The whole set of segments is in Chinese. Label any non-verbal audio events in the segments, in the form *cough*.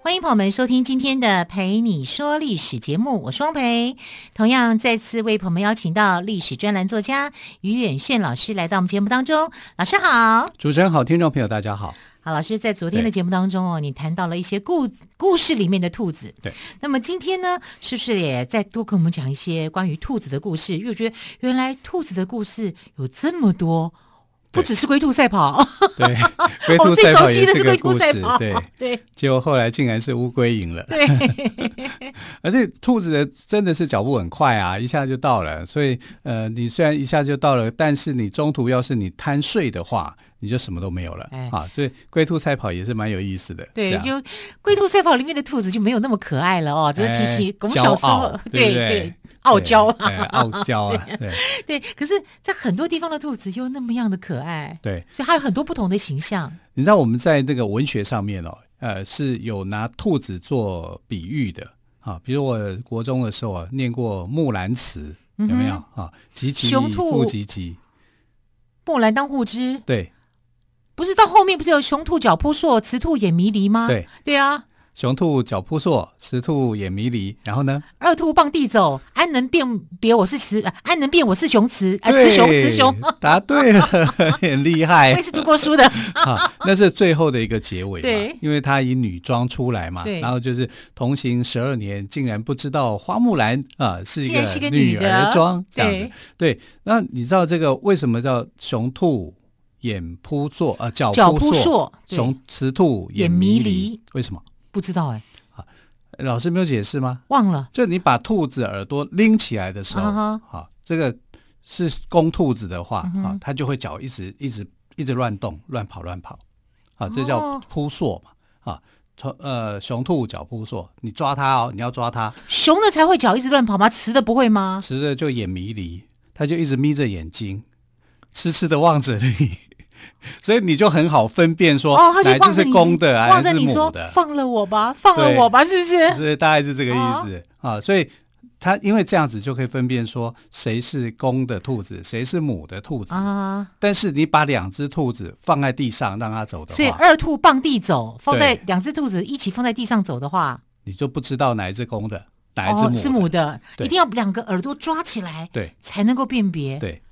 欢迎朋友们收听今天的《陪你说历史》节目，我是汪培。同样再次为朋友们邀请到历史专栏作家于远炫老师来到我们节目当中，老师好。主持人好，听众朋友大 *laughs* 家好。好，老师在昨天的节目当中哦，你谈到了一些故故事里面的兔子。对，那么今天呢，是不是也再多跟我们讲一些关于兔子的故事？因为我觉得原来兔子的故事有这么多，不对只是龟兔赛跑， *laughs* 对，龟我兔最赛熟跑悉也的是个龟兔故赛事跑。，对，对结果后来竟然是乌龟赢了。对， *laughs* 而且兔子的真的是脚步很快啊，一下就到了。所以呃，你虽然一下就到了，但是你中途要是你贪睡的话，你就什么都没有了、哎啊。所以龟兔赛跑也是蛮有意思的。这对，样就龟兔赛跑里面的兔子就没有那么可爱了哦，这是提醒哎我们小时 *laughs* 骄候傲，对不对对，傲娇啊，哎傲娇啊，对 *laughs* 对。可是，在很多地方的兔子又那么样的可爱，对。所以它有很多不同的形象。你知道我们在这个文学上面哦，呃，是有拿兔子做比喻的啊。比如我国中的时候啊，念过《木兰辞》，有没有嗯啊？急急雄兔不急急，木兰当户织，对不是到后面不是有雄兔脚扑朔，雌兔眼迷离吗？，对，啊，雄兔脚扑朔，雌兔眼迷离。然后呢？二兔傍地走，安能辨别我是雌，呃安能辨我是雄雌？啊，对哎雌雄，雌雄。，答对了， *laughs* 很 *laughs* 厉我害也是读过书的，啊！那是最后的一个结尾嘛对，因为他以女装出来嘛对，然后就是同行十二年，竟然不知道花木兰啊是一竟然是个个女女的儿装这样子对。，对，那你知道这个为什么叫雄兔眼扑朔啊？呃脚脚扑扑朔，对雄，雌兔眼眼迷迷离离，为什么？不知道哎，老师没有解释吗？忘了。就你把兔子耳朵拎起来的时候，啊好、哈这个是公兔子的话，嗯啊哼，它就会脚一直一直一直乱动、乱跑、乱跑，啊，这哦叫扑朔嘛，啊，从呃雄兔脚扑朔，你抓它哦，你要 *laughs* 抓它，雄的才会脚一直乱跑吗？雌的不会吗？吃的就眼迷离，他就一直眯着眼睛，痴痴的望着你， *laughs* 所以你就很好分辨说，哦，他就哪一望只着是你，公的望还着是你说母的，放了我吧，放了对我吧，是不是？是大概是这个意思、哦啊。所以他因为这样子就可以分辨说谁是公的兔子，谁是母的兔子。啊，但是你把两只兔子放在地上让它走的所以话，二兔傍地走，放在对两只兔子一起放在地上走的话，你就不知道哪一只公的，哪一只哦母，的。是母的，对一定要两个耳朵抓起来，对才能够辨别。对。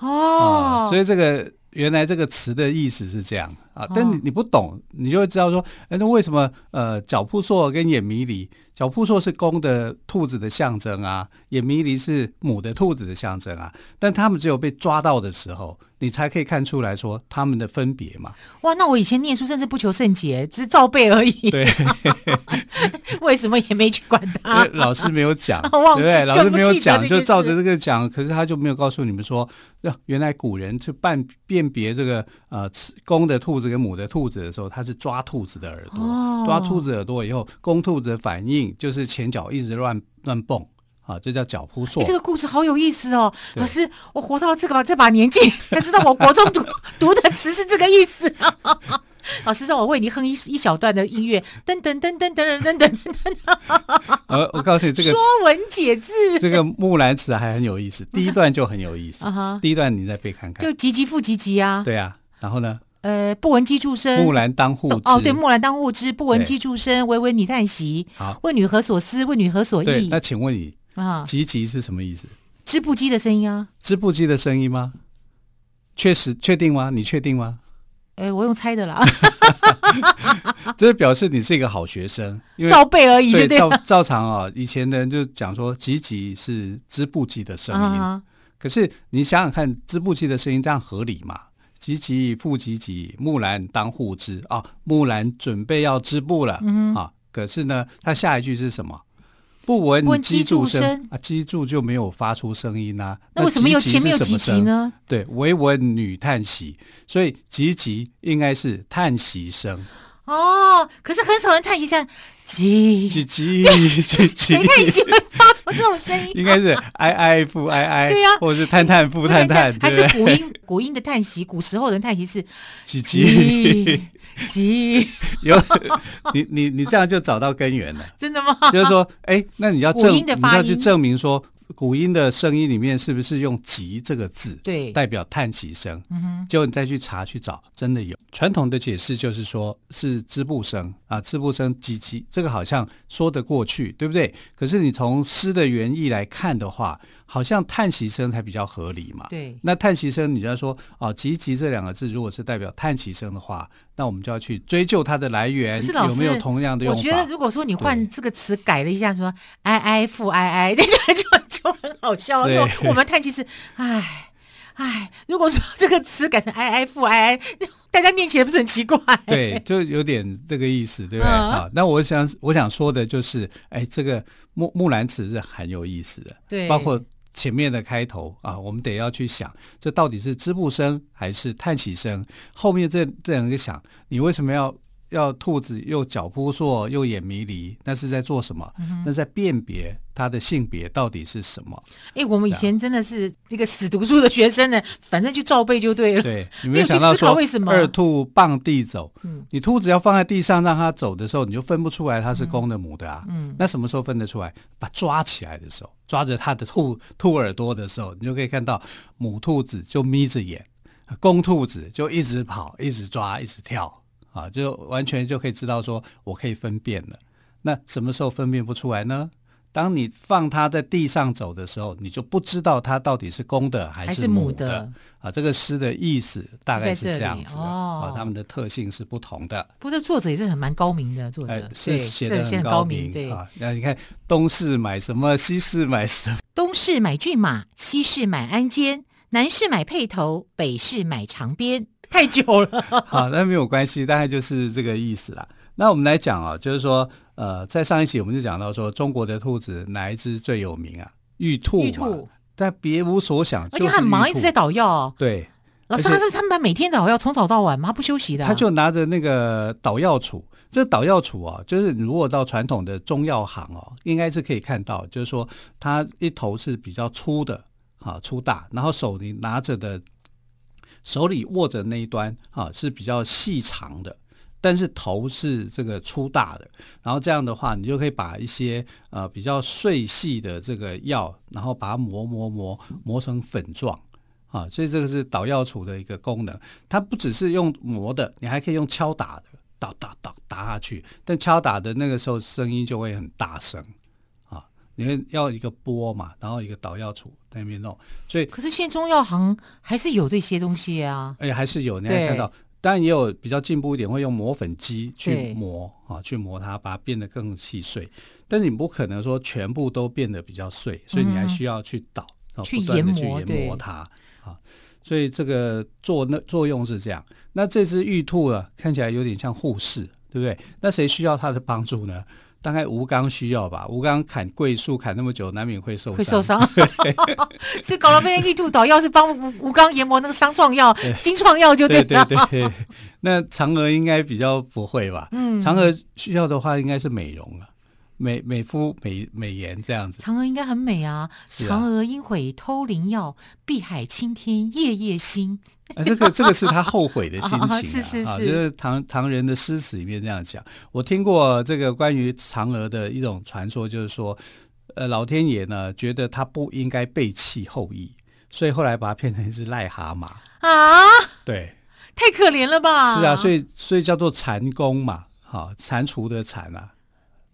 哦啊，，所以这个原来这个词的意思是这样啊，但你哦你不懂，你就会知道说，哎，那为什么呃脚扑朔跟眼迷离，脚扑朔是公的兔子的象征啊，眼迷离是母的兔子的象征啊，但他们只有被抓到的时候，你才可以看出来说他们的分别嘛，哇，那我以前念书甚至不求甚解，只是照背而已，对， *laughs* 为什么也没去管因它，为？老师没有讲啊 *laughs* 忘对记不对？老师没有更不记得这讲，件就事照着这个讲，可是他就没有告诉你们说，呃原来古人去辨辨别这个呃雌公的兔子跟母的兔子的时候，他是抓兔子的耳朵，哦抓兔子耳朵以后，公兔子的反应就是前脚一直乱乱蹦，啊，这叫脚扑朔哎这。个故事好有意思哦，对老师，我活到这个这把年纪，才知道我国中读读的词是这个意思、 *laughs* 老师让我为你哼一一小段的音乐，噔噔噔噔噔噔噔噔，呃，我告诉你，这说个文解字 *laughs* 这个木兰辞还很有意思，第一段就很有意思啊，哈，第一段你再背看看就，急急复急急啊，对啊，然后呢，呃，不闻机杼声木。兰当户织，哦，对，，木兰当户织，不闻机对杼声，惟闻女叹息。好，问女何所思？问女何所对，忆？那请问你，啊，急急是什么意思？织布机的声音啊。织布机的声音吗？确实确定吗？你确定吗？哎，我用猜的啦，啊这表示你是一个好学生，因为照背而已，就对对照了。 *laughs* 照常啊、以前的人就讲说吉吉是织布机的声音，啊，可是你想想看，织布机的声音这样合理吗？吉吉复吉吉，木兰当户织啊，木兰准备要织布了、嗯啊。可是呢，它下一句是什么？不不闻闻机机杼杼声声啊，机杼就没有发出声音啊呐、那为什么吉又吉前面是有什么几集声呢？对，唯闻女叹息，所以急急应该是叹息声，哦，可是很少人叹息像急，急急急急谁，叹息会发出这种声音，啊 *laughs* 应该是哀哀父哀哀，对呀或者是探探父探探，还对是不对？古音 *laughs* 古音的叹息，古时候的叹息是几集急急，有 *laughs* 你你你这样就找到根源了。 *laughs* *laughs* 真的吗？就是说，哎、那你要古证，音的你发要去音证明说，古音的声音里面是不是用“急”这个字，对代表叹息声？嗯哼，结果你再去查去找，真的有。传统的解释就是说是织布声啊，织布声“唧唧”，这个好像说得过去，对不对？可是你从诗的原意来看的话，好像叹息声才比较合理嘛。对，那叹息声，你就要说哦，“急急”这两个字，如果是代表叹息声的话，那我们就要去追究它的来源可是老师有没有同样的用我法。觉得如果说你换对这个词改了一下，说哀哀父哀哀， *laughs* 这就就就很好笑。对如果我们叹气是唉唉，如果说这个词改成哀哀父哀哀，大家念起来不是很奇怪？对，就有点这个意思，对不对？嗯好，那我想我想说的就是，哎，这个木木兰辞是很有意思的，对包括前面的开头啊，我们得要去想，这到底是织布声还是叹息声？后面这这两个想，你为什么要？要兔子又脚扑朔又眼迷离，那是在做什么？嗯那在辨别它的性别到底是什么？哎，我们以啊前真的是这个死读书的学生呢，反正就照背就对了。 *laughs* 对，你没没有有去想到思考说为什么二兔傍地走，嗯你兔子要放在地上让它走的时候，你就分不出来它是公的母的啊。嗯那什么时候分得出来？把抓起来的时候，抓着它的兔兔耳朵的时候，你就可以看到母兔子就眯着眼，公兔子就一直跑，一直抓，一直跳啊，就完全就可以知道说我可以分辨了。那什么时候分辨不出来呢？当你放它在地上走的时候，你就不知道它到底是公的还还是是母母的。的啊，这个诗的意思大概是是在这里这样子的、哦啊，它们的特性是不同的。不过这作者也是很蛮高明的作者，哎是对写是的很很高明对，啊。那你看东市买什么，西市买什么，东市买骏马，西市买鞍鞯，南市买辔头，北市买长鞭。太久了， *laughs* 好，啊那没有关系，大概就是这个意思啦。那我们来讲啊，就是说，呃，在上一期我们就讲到说，中国的兔子哪一只最有名啊？玉兔嘛。玉兔，但别无所想，而就且是他很忙，玉一直兔在捣药哦。对，老师，而且他是他们班每天捣药，从早到晚吗？他不休息的啊、他就拿着那个捣药杵，这捣药杵啊，就是你如果到传统的中药行哦，应该是可以看到，就是说它一头是比较粗的，啊粗大，然后手里拿着的，手里握着那一端啊是比较细长的。但是头是这个粗大的，然后这样的话，你就可以把一些呃比较碎细的这个药，然后把它磨磨磨磨成粉状啊，所以这个是捣药杵的一个功能。它不只是用磨的，你还可以用敲打的，打打打打下去。但敲打的那个时候声音就会很大声啊，因为要一个波嘛，然后一个捣药杵在那边弄，所以可是现在中药行还是有这些东西啊。哎还是有你对还看到。当然也有比较进步一点，会用磨粉机对去磨啊，去磨它，把它变得更细碎。但是你不可能说全部都变得比较碎，所以你还需要去捣，啊嗯去不断的研去磨研对磨它啊。所以这个作那作用是这样。那这只玉兔啊，看起来有点像护士，对不对？那谁需要它的帮助呢？大概吴刚需要吧。吴刚砍桂树砍那么久，难免会受伤。会受伤， *laughs* 所以搞了半天玉兔捣药是帮吴吴刚研磨那个伤创药、金创药 *laughs* 就对对了。对对，那嫦娥应该比较不会吧？嗯嫦娥需要的话，应该是美容啊，美美肤、美美颜这样子。嫦娥应该很美啊，是啊嫦娥应悔偷灵药，碧海青天夜夜心。啊、这个这个是他后悔的心情、 *laughs* 啊啊是是啊，是就是唐唐人的诗词里面这样讲。我听过这个关于嫦娥的一种传说，就是说，呃，老天爷呢觉得他不应该背弃后羿，所以后来把他变成一只癞蛤蟆。啊，对，太可怜了吧？是啊，所以以所以叫做蟾宫嘛，哈、蟾蜍的蟾啊，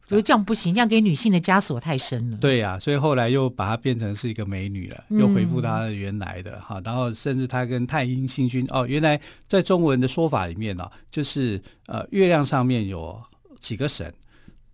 我觉得这样不行，这样给女性的枷锁太深了。，对呀、所以后来又把她变成是一个美女了，嗯又恢复她原来的哈、然后甚至她跟太阴星君哦，原来在中文的说法里面呢、就是呃，月亮上面有几个神，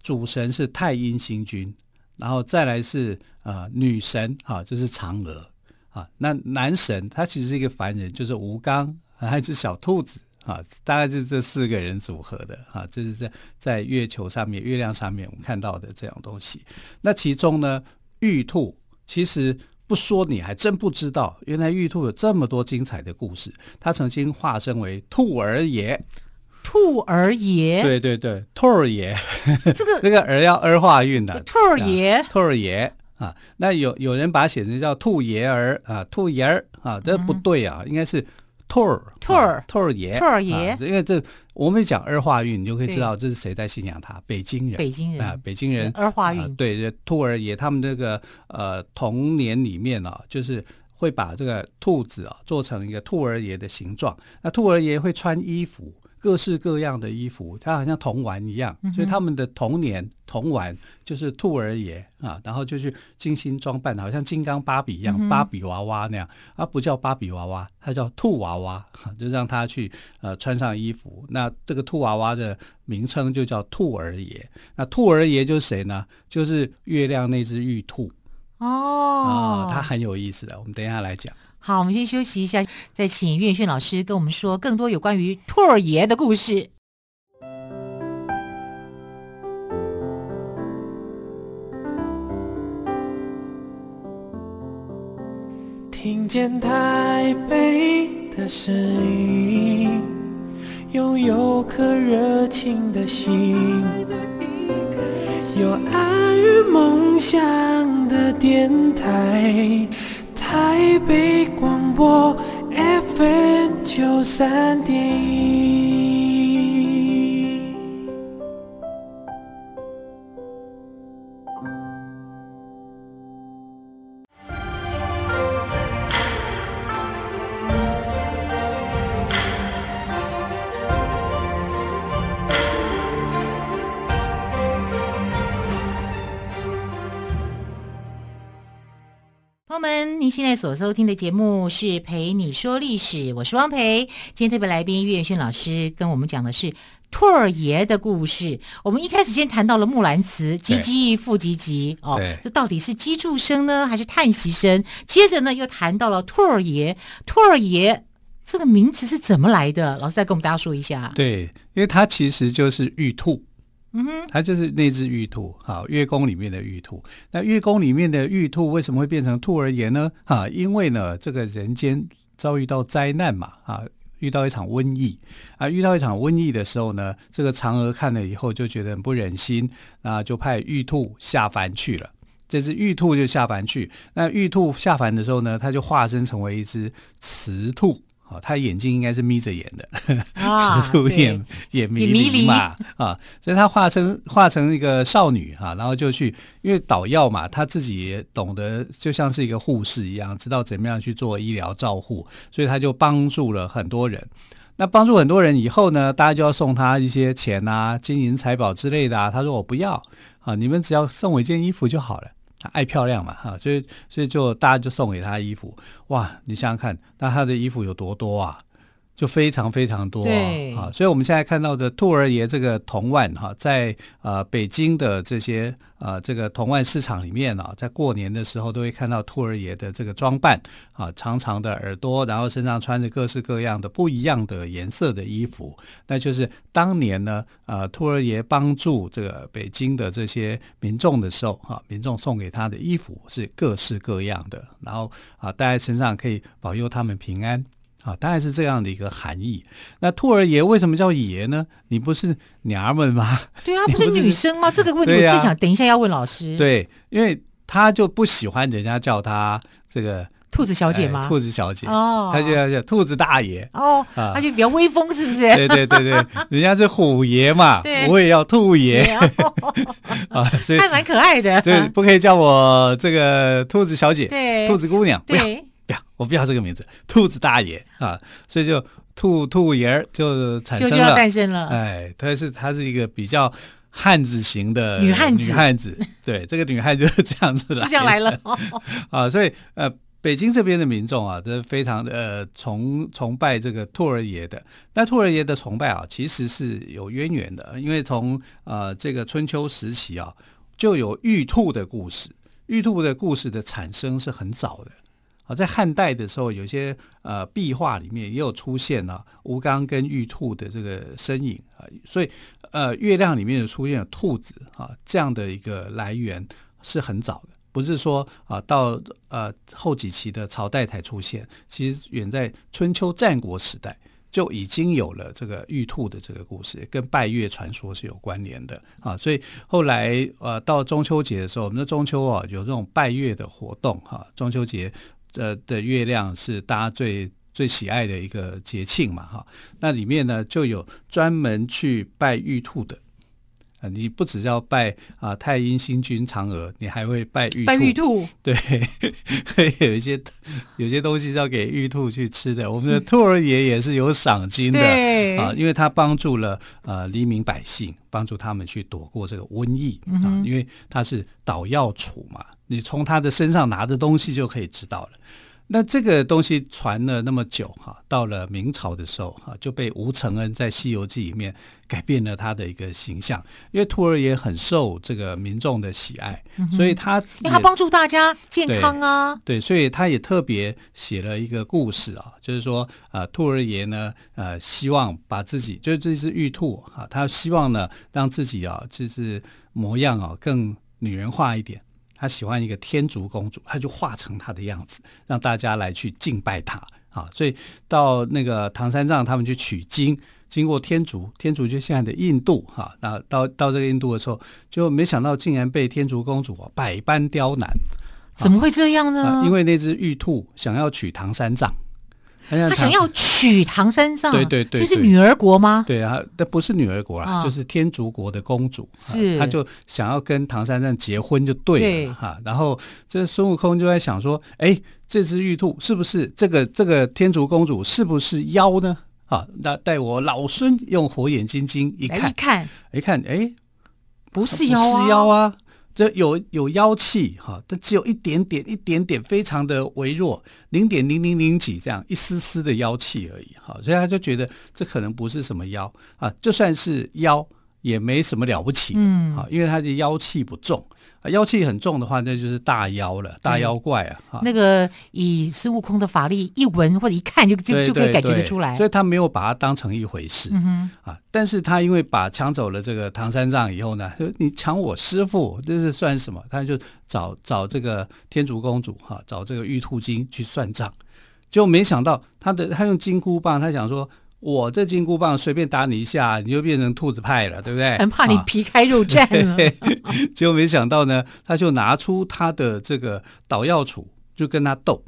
主神是太阴星君，然后再来是呃女神哈、就是嫦娥啊。那男神他其实是一个凡人，就是吴刚，还有一只小兔子啊，大概就是这四个人组合的啊，就是在在月球上面、月亮上面我们看到的这种东西。那其中呢，玉兔其实不说你还真不知道，原来玉兔有这么多精彩的故事。它曾经化身为兔儿爷，兔儿爷，对对对，兔儿爷， *laughs* 这个那个儿要儿化韵的、兔儿爷兔儿爷啊。那有有人把它写成叫兔爷儿啊，兔爷儿啊，这不对啊，应该是兔儿嗯兔儿啊兔儿爷兔儿爷啊因为这我们讲儿化韵，你就可以知道这是谁在信仰他，北京人北京啊人，，北京人儿化啊韵，对，这兔儿爷他们这个呃童年里面啊，就是会把这个兔子啊做成一个兔儿爷的形状。那兔儿爷会穿衣服，各式各样的衣服，他好像童玩一样，所以他们的童年童玩就是兔儿爷啊，然后就去精心装扮，好像金刚芭比一样，芭比娃娃那样。它不叫芭比娃娃，它叫兔娃娃，就让它去呃穿上衣服。那这个兔娃娃的名称就叫兔儿爷。那兔儿爷就是谁呢？就是月亮那只玉兔啊、哦，它很有意思的。我们等一下来讲。好，我们先休息一下，再请岳炫老师跟我们说更多有关于兔儿爷的故事。听见台北的声音，拥有颗热情的心，有爱与梦想的电台，台北广播 FM 九三点一。朋友们，您现在所收听的节目是《陪你说历史》，我是汪培。今天特别来宾岳轩老师跟我们讲的是兔儿爷的故事。我们一开始先谈到了木兰辞“唧对唧复唧唧”，哦对，这到底是鸡祝声呢，还是叹息声？接着呢，又谈到了兔儿爷，兔儿爷这个名词是怎么来的？老师再跟我们大家说一下。对，因为它其实就是玉兔。嗯哼，它就是那只玉兔，好，月宫里面的玉兔。那月宫里面的玉兔为什么会变成兔儿爷呢？啊，因为呢，这个人间遭遇到灾难嘛，啊，遇到一场瘟疫啊，遇到一场瘟疫的时候呢，这个嫦娥看了以后就觉得很不忍心，啊，就派玉兔下凡去了。这只玉兔就下凡去，那玉兔下凡的时候呢，它就化身成为一只雌兔，好、它眼睛应该是眯着眼的，雌兔对 *laughs* 眼眼啊迷迷离离嘛啊，所以她化身化成一个少女啊，然后就去，因为捣药嘛，她自己也懂得，就像是一个护士一样，知道怎么样去做医疗照护，所以她就帮助了很多人。那帮助很多人以后呢，大家就要送她一些钱啊、金银财宝之类的啊。她说我不要啊，你们只要送我一件衣服就好了。她爱漂亮嘛哈、啊所以所以就大家就送给她衣服。哇，你想想看，那她的衣服有多多啊？就非常非常多、对啊，啊，所以我们现在看到的兔儿爷这个铜腕哈、在呃北京的这些呃这个铜腕市场里面啊，在过年的时候都会看到兔儿爷的这个装扮啊，长长的耳朵，然后身上穿着各式各样的不一样的颜色的衣服，那就是当年呢，呃，兔儿爷帮助这个北京的这些民众的时候，哈、民众送给他的衣服是各式各样的，然后啊，戴在身上可以保佑他们平安。啊，大概是这样的一个含义。那兔儿爷为什么叫爷呢？你不是娘们吗？对啊， *laughs* 你不是不是女生吗？这个问题我对啊正想等一下要问老师。，对，因为他就不喜欢人家叫他这个兔子小姐呃吗？兔子小姐，哦他就要叫兔子大爷。哦，啊他就比较威风，是不是？对对对对，人家是虎爷 *laughs* 嘛对，我也要兔爷对啊啊，所以还蛮可爱 *laughs* 的。 *laughs* 对，不可以叫我这个兔子小姐，啊对兔子姑娘，不要对不要，我不要这个名字，兔子大爷啊，所以就兔兔爷儿就产就就生要了，诞生了。哎，她是她是一个比较汉子型的女汉子女汉子，对，这个女汉子就是这样子来，就这样来了，啊，所以呃，北京这边的民众啊，都非常的呃崇崇拜这个兔儿爷的。那兔儿爷的崇拜啊，其实是有渊源的，因为从呃这个春秋时期啊，就有玉兔的故事。玉兔的故事的产生是很早的。啊，在汉代的时候，有些呃壁画里面也有出现啊吴刚跟玉兔的这个身影啊，所以呃月亮里面有出现有兔子啊这样的一个来源是很早的，不是说啊到呃后几期的朝代才出现，其实远在春秋战国时代。就已经有了这个玉兔的这个故事，跟拜月传说是有关联的啊。所以后来呃，到中秋节的时候，我们的中秋啊有这种拜月的活动哈、中秋节呃的月亮是大家最最喜爱的一个节庆嘛哈、那里面呢就有专门去拜玉兔的。啊，你不只要拜啊、太阴星君嫦娥，你还会拜 *laughs* 玉兔。白玉兔， *laughs* 对， *laughs* 所以有一些有些东西是要给玉兔去吃的。我们的兔儿爷也是有赏金的对啊，因为他帮助了呃黎民百姓，帮助他们去躲过这个瘟疫嗯啊，因为他是捣药杵嘛，你从他的身上拿的东西就可以知道了。那这个东西传了那么久哈、到了明朝的时候哈、就被吴承恩在《西游记》里面改变了他的一个形象，因为兔儿爷很受这个民众的喜爱，嗯所以因他为哎它也帮助大家健康啊，对，所以他也特别写了一个故事啊，就是说，呃，兔儿爷呢，呃，希望把自己，就是这只玉兔啊，他希望呢，让自己啊，就是模样啊，更女人化一点。他喜欢一个天竺公主，他就化成她的样子，让大家来去敬拜她啊。所以到那个唐三藏他们去取经，经过天竺，天竺就现在的印度哈、那到到这个印度的时候，就没想到竟然被天竺公主啊百般刁难。怎么会这样呢啊，？因为那只玉兔想要娶唐三藏，哎他他想要娶唐三藏，对对对那是对女儿国吗？对啊，但不是女儿国啊，啊就是天竺国的公主，啊是她就想要跟唐三藏结婚就对对了哈、啊然后这孙悟空就在想说，哎，这只玉兔是不是这个这个天竺公主是不是妖呢？啊，那待我老孙用火眼金睛一来看，看，一看，哎，不是妖啊，是妖啊，这有有妖气哈，但只有一点点、一点点，非常的微弱，零点零零零几这样一丝丝的妖气而已哈，所以他就觉得这可能不是什么妖啊，就算是妖也没什么了不起的嗯啊，因为他的妖气不重，啊妖气很重的话，那就是大妖了，大妖怪啊，啊那个以孙悟空的法力一闻或者一看就就对就可以对感觉得对出来所。以他没有把它当成一回事。嗯哼，啊，但是他因为把抢走了这个唐三藏以后呢，他说你抢我师傅，这是算什么？他就找找这个天竺公主哈、找这个玉兔精去算账，结果没想到他的他用金箍棒，他想说我这金箍棒随便打你一下，你就变成兔子派了，对不对？很怕你啊皮开肉绽 *laughs* 了。结果没想到呢，他就拿出他的这个捣药杵，就跟他斗。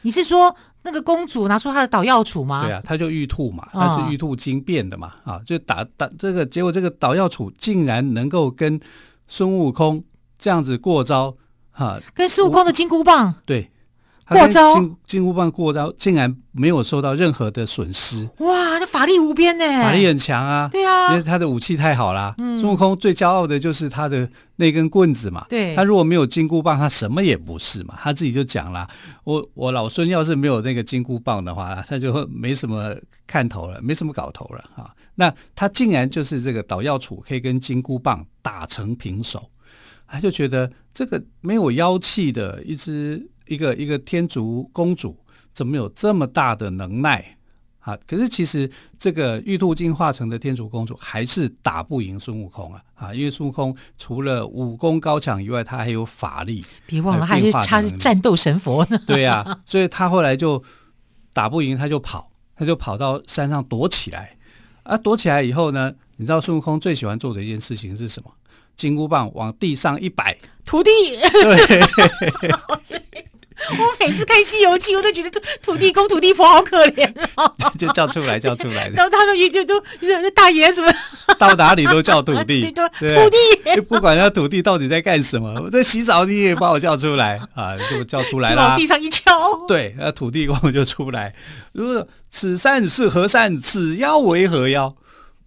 你是说那个公主拿出她的捣药杵吗？对啊，他就玉兔嘛，啊他是玉兔精变的嘛，啊，就打打这个，结果这个捣药杵竟然能够跟孙悟空这样子过招，哈、跟孙悟空的金箍棒，对，过招他跟金金箍棒过招，竟然没有受到任何的损失，哇，那法力无边呢、法力很强啊，哎对因啊嗯为，他的武器太好啦。孙悟空最骄傲的就是他的那根棍子嘛。对他如果没有金箍棒，他什么也不是嘛。他自己就讲啦，我我老孙要是没有那个金箍棒的话，他就没什么看头了，没什么搞头了啊。那他竟然就是这个捣药杵可以跟金箍棒打成平手，他就觉得这个没有妖气的一只一个一个天竺公主，怎么有这么大的能耐？啊，可是其实这个玉兔精化成的天竺公主还是打不赢孙悟空啊啊！因为孙悟空除了武功高强以外，他还有法力，别忘了还还有是哎变化的她是能力战斗神佛 *laughs* 呢。对呀、所以他后来就打不赢，他就跑，他就跑到山上躲起来。啊，躲起来以后呢，你知道孙悟空最喜欢做的一件事情是什么？金箍棒往地上一摆， *laughs* 徒弟， *laughs* 我每次看《西游记》，我都觉得这土地公、土地婆好可怜 *laughs* 哦。就叫出来，叫出 *laughs* 来，然后他们一个都就是大爷什么到哪里都叫土 *laughs* 地，都对啊土地，就不管那土地到底在干什么，我在洗澡你也把我叫出来啊，就叫出 *laughs* 来就啦往地。上一敲。 *laughs* 对，那土地公就出来，如果此山是何山，此妖为何妖？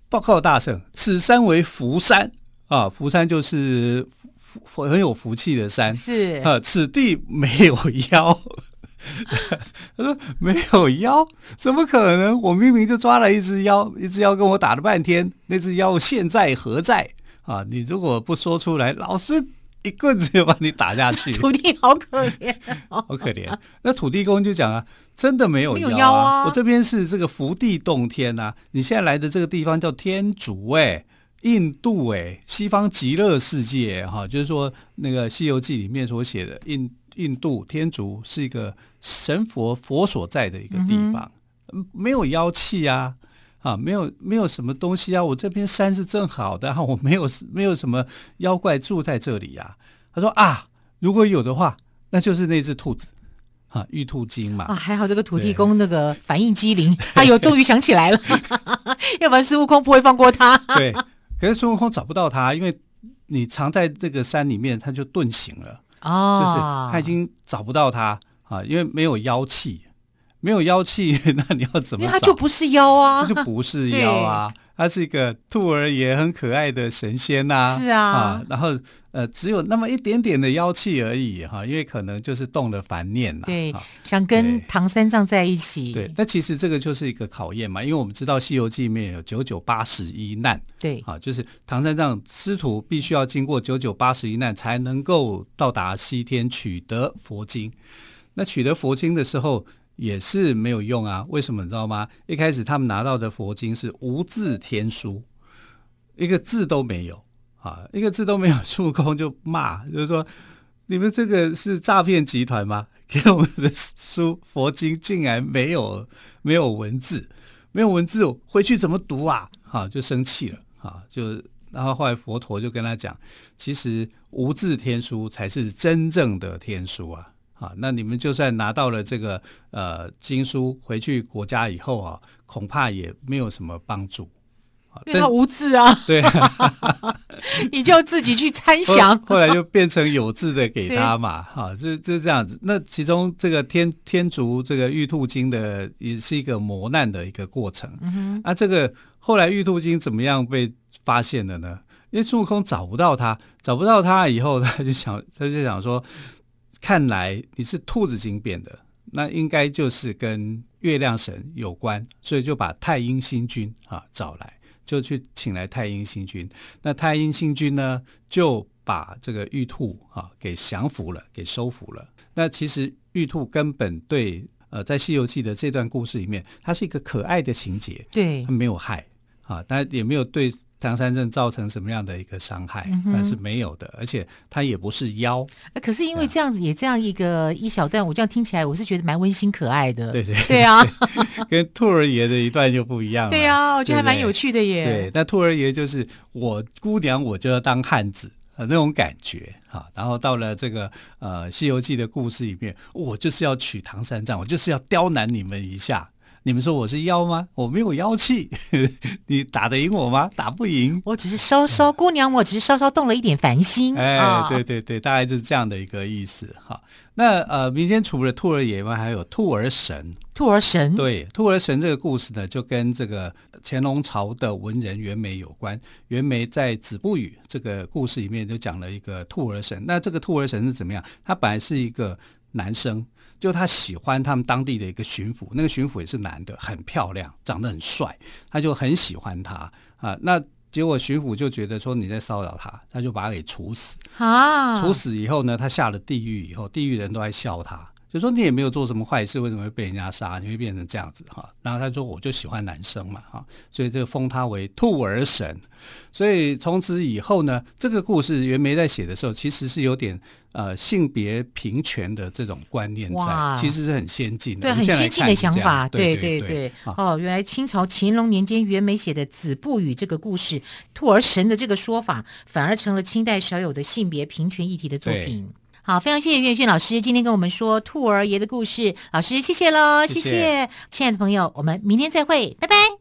报告大圣，此山为福山啊，福山就是福福很有福气的山是，啊，此地没有妖。 *laughs* 他说没有妖，怎么可能？我明明就抓了一只妖，一只妖跟我打了半天，那只妖现在何在啊？你如果不说出来，老师一棍子就把你打下去。徒弟好可怜。 *laughs* 好可怜。那土地公就讲啊，真的没有没妖有啊，妖啊我这边是这个福地洞天啊，你现在来的这个地方叫天竺哎、印度哎、西方极乐世界欸哈、就是说那个《西游记》里面所写的印印度天竺是一个神佛佛所在的一个地方。嗯没有妖气啊，啊，没有没有什么东西啊，我这片山是正好的，啊、我没有没有什么妖怪住在这里呀、啊。他说啊，如果有的话，那就是那只兔子啊，玉兔精嘛。 *laughs* 啊，还好这个土地公那个反应机 *laughs* 灵，哎呦，终于想起来了，要不然孙悟空不会放过他。对，可是孙悟空找不到他，因为你藏在这个山里面，他就遁形了，就是哦，他已经找不到他啊，因为没有妖气，没有妖气， *laughs* 那你要怎因为么他就找？不是妖啊他，就不是妖啊，他是一个兔儿也很可爱的神仙呐、是啊然后呃，只有那么一点点的妖气而已哈、因为可能就是动了凡念了、对啊，想跟对唐三藏在一起。对，那其实这个就是一个考验嘛，因为我们知道《西游记》里面有九九八十一难，对啊，就是唐三藏师徒必须要经过九九八十一难，才能够到达西天取得佛经。那取得佛经的时候也是没有用啊，为什么你知道吗？一开始他们拿到的佛经是无字天书，一个字都没有啊，一个字都没有。孙悟空就骂，就是说你们这个是诈骗集团吗？ *laughs* 给我们的书佛经竟然没有没有文字，没有文字，回去怎么读啊？哈、就生气了啊，就然后后来佛陀就跟他讲，其实无字天书才是真正的天书啊。啊，那你们就算拿到了这个呃经书回去国家以后啊，恐怕也没有什么帮助。啊因为他无字 *laughs* 啊，对，你就自己去参后详。后来就变成有字的给他嘛，哈、就就这样子。那其中这个天天竺这个玉兔精的也是一个磨难的一个过程。嗯、啊，这个后来玉兔精怎么样被发现的呢？因为孙悟空找不到他，找不到他以后，他就想， *laughs* 他就想说，看来你是兔子精变的，那应该就是跟月亮神有关，所以就把太阴星君啊找来，就去请来太阴星君。那太阴星君呢，就把这个玉兔啊给降服了，给收服了。那其实玉兔根本对呃，在《西游记》的这段故事里面，它是一个可爱的情节，对它，没有害啊，它也没有对唐三藏造成什么样的一个伤害，嗯那、是没有的，而且它也不是妖，呃可是因为这样子也这样一个一小段，我这样听起来我是觉得蛮温馨可爱的。 *laughs* 对对对啊，跟兔儿爷的一段就不一样 *laughs* 了。对啊，我觉得还对不蛮对有趣的对耶。，那兔儿爷就是我姑娘，我就要当汉子啊、那种感觉啊。然后到了这个呃《西游记》的故事里面，我就是要娶唐三藏，我就是要刁难你们一下。你们说我是妖吗？我没有妖气， *laughs* 你打得赢我吗？打不赢。我只是稍稍姑娘，我只是稍稍动了一点凡心哎啊，。对对对，大概就是这样的一个意思哈。那呃，民间除了兔儿爷以外，还有兔儿神。兔儿神，对，兔儿神这个故事呢，就跟这个乾隆朝的文人袁枚有关。袁枚在《子不语》这个故事里面就讲了一个兔儿神。那这个兔儿神是怎么样？他本来是一个男生，就他喜欢他们当地的一个巡抚，那个巡抚也是男的，很漂亮，长得很帅，他就很喜欢他啊。那结果巡抚就觉得说你在骚扰他，他就把他给处死。啊，处死以后呢，他下了地狱以后，地狱人都在笑他，就说你也没有做什么坏事，为什么会被人家杀？你会变成这样子哈？然后他说我就喜欢男生嘛哈，所以就封他为兔儿神。所以从此以后呢，这个故事袁枚在写的时候，其实是有点呃性别平权的这种观念哇在，其实是很先进的，对，很现先在来进看的是想这样法，对对对啊哦，原来清朝乾隆年间袁枚写的《子不语》这个故事，兔儿神的这个说法，反而成了清代少有的性别平权议题的作对品。好，非常谢谢岳轩老师今天跟我们说兔儿爷的故事，老师谢谢喽，谢谢谢谢，亲爱的朋友，我们明天再会，拜拜。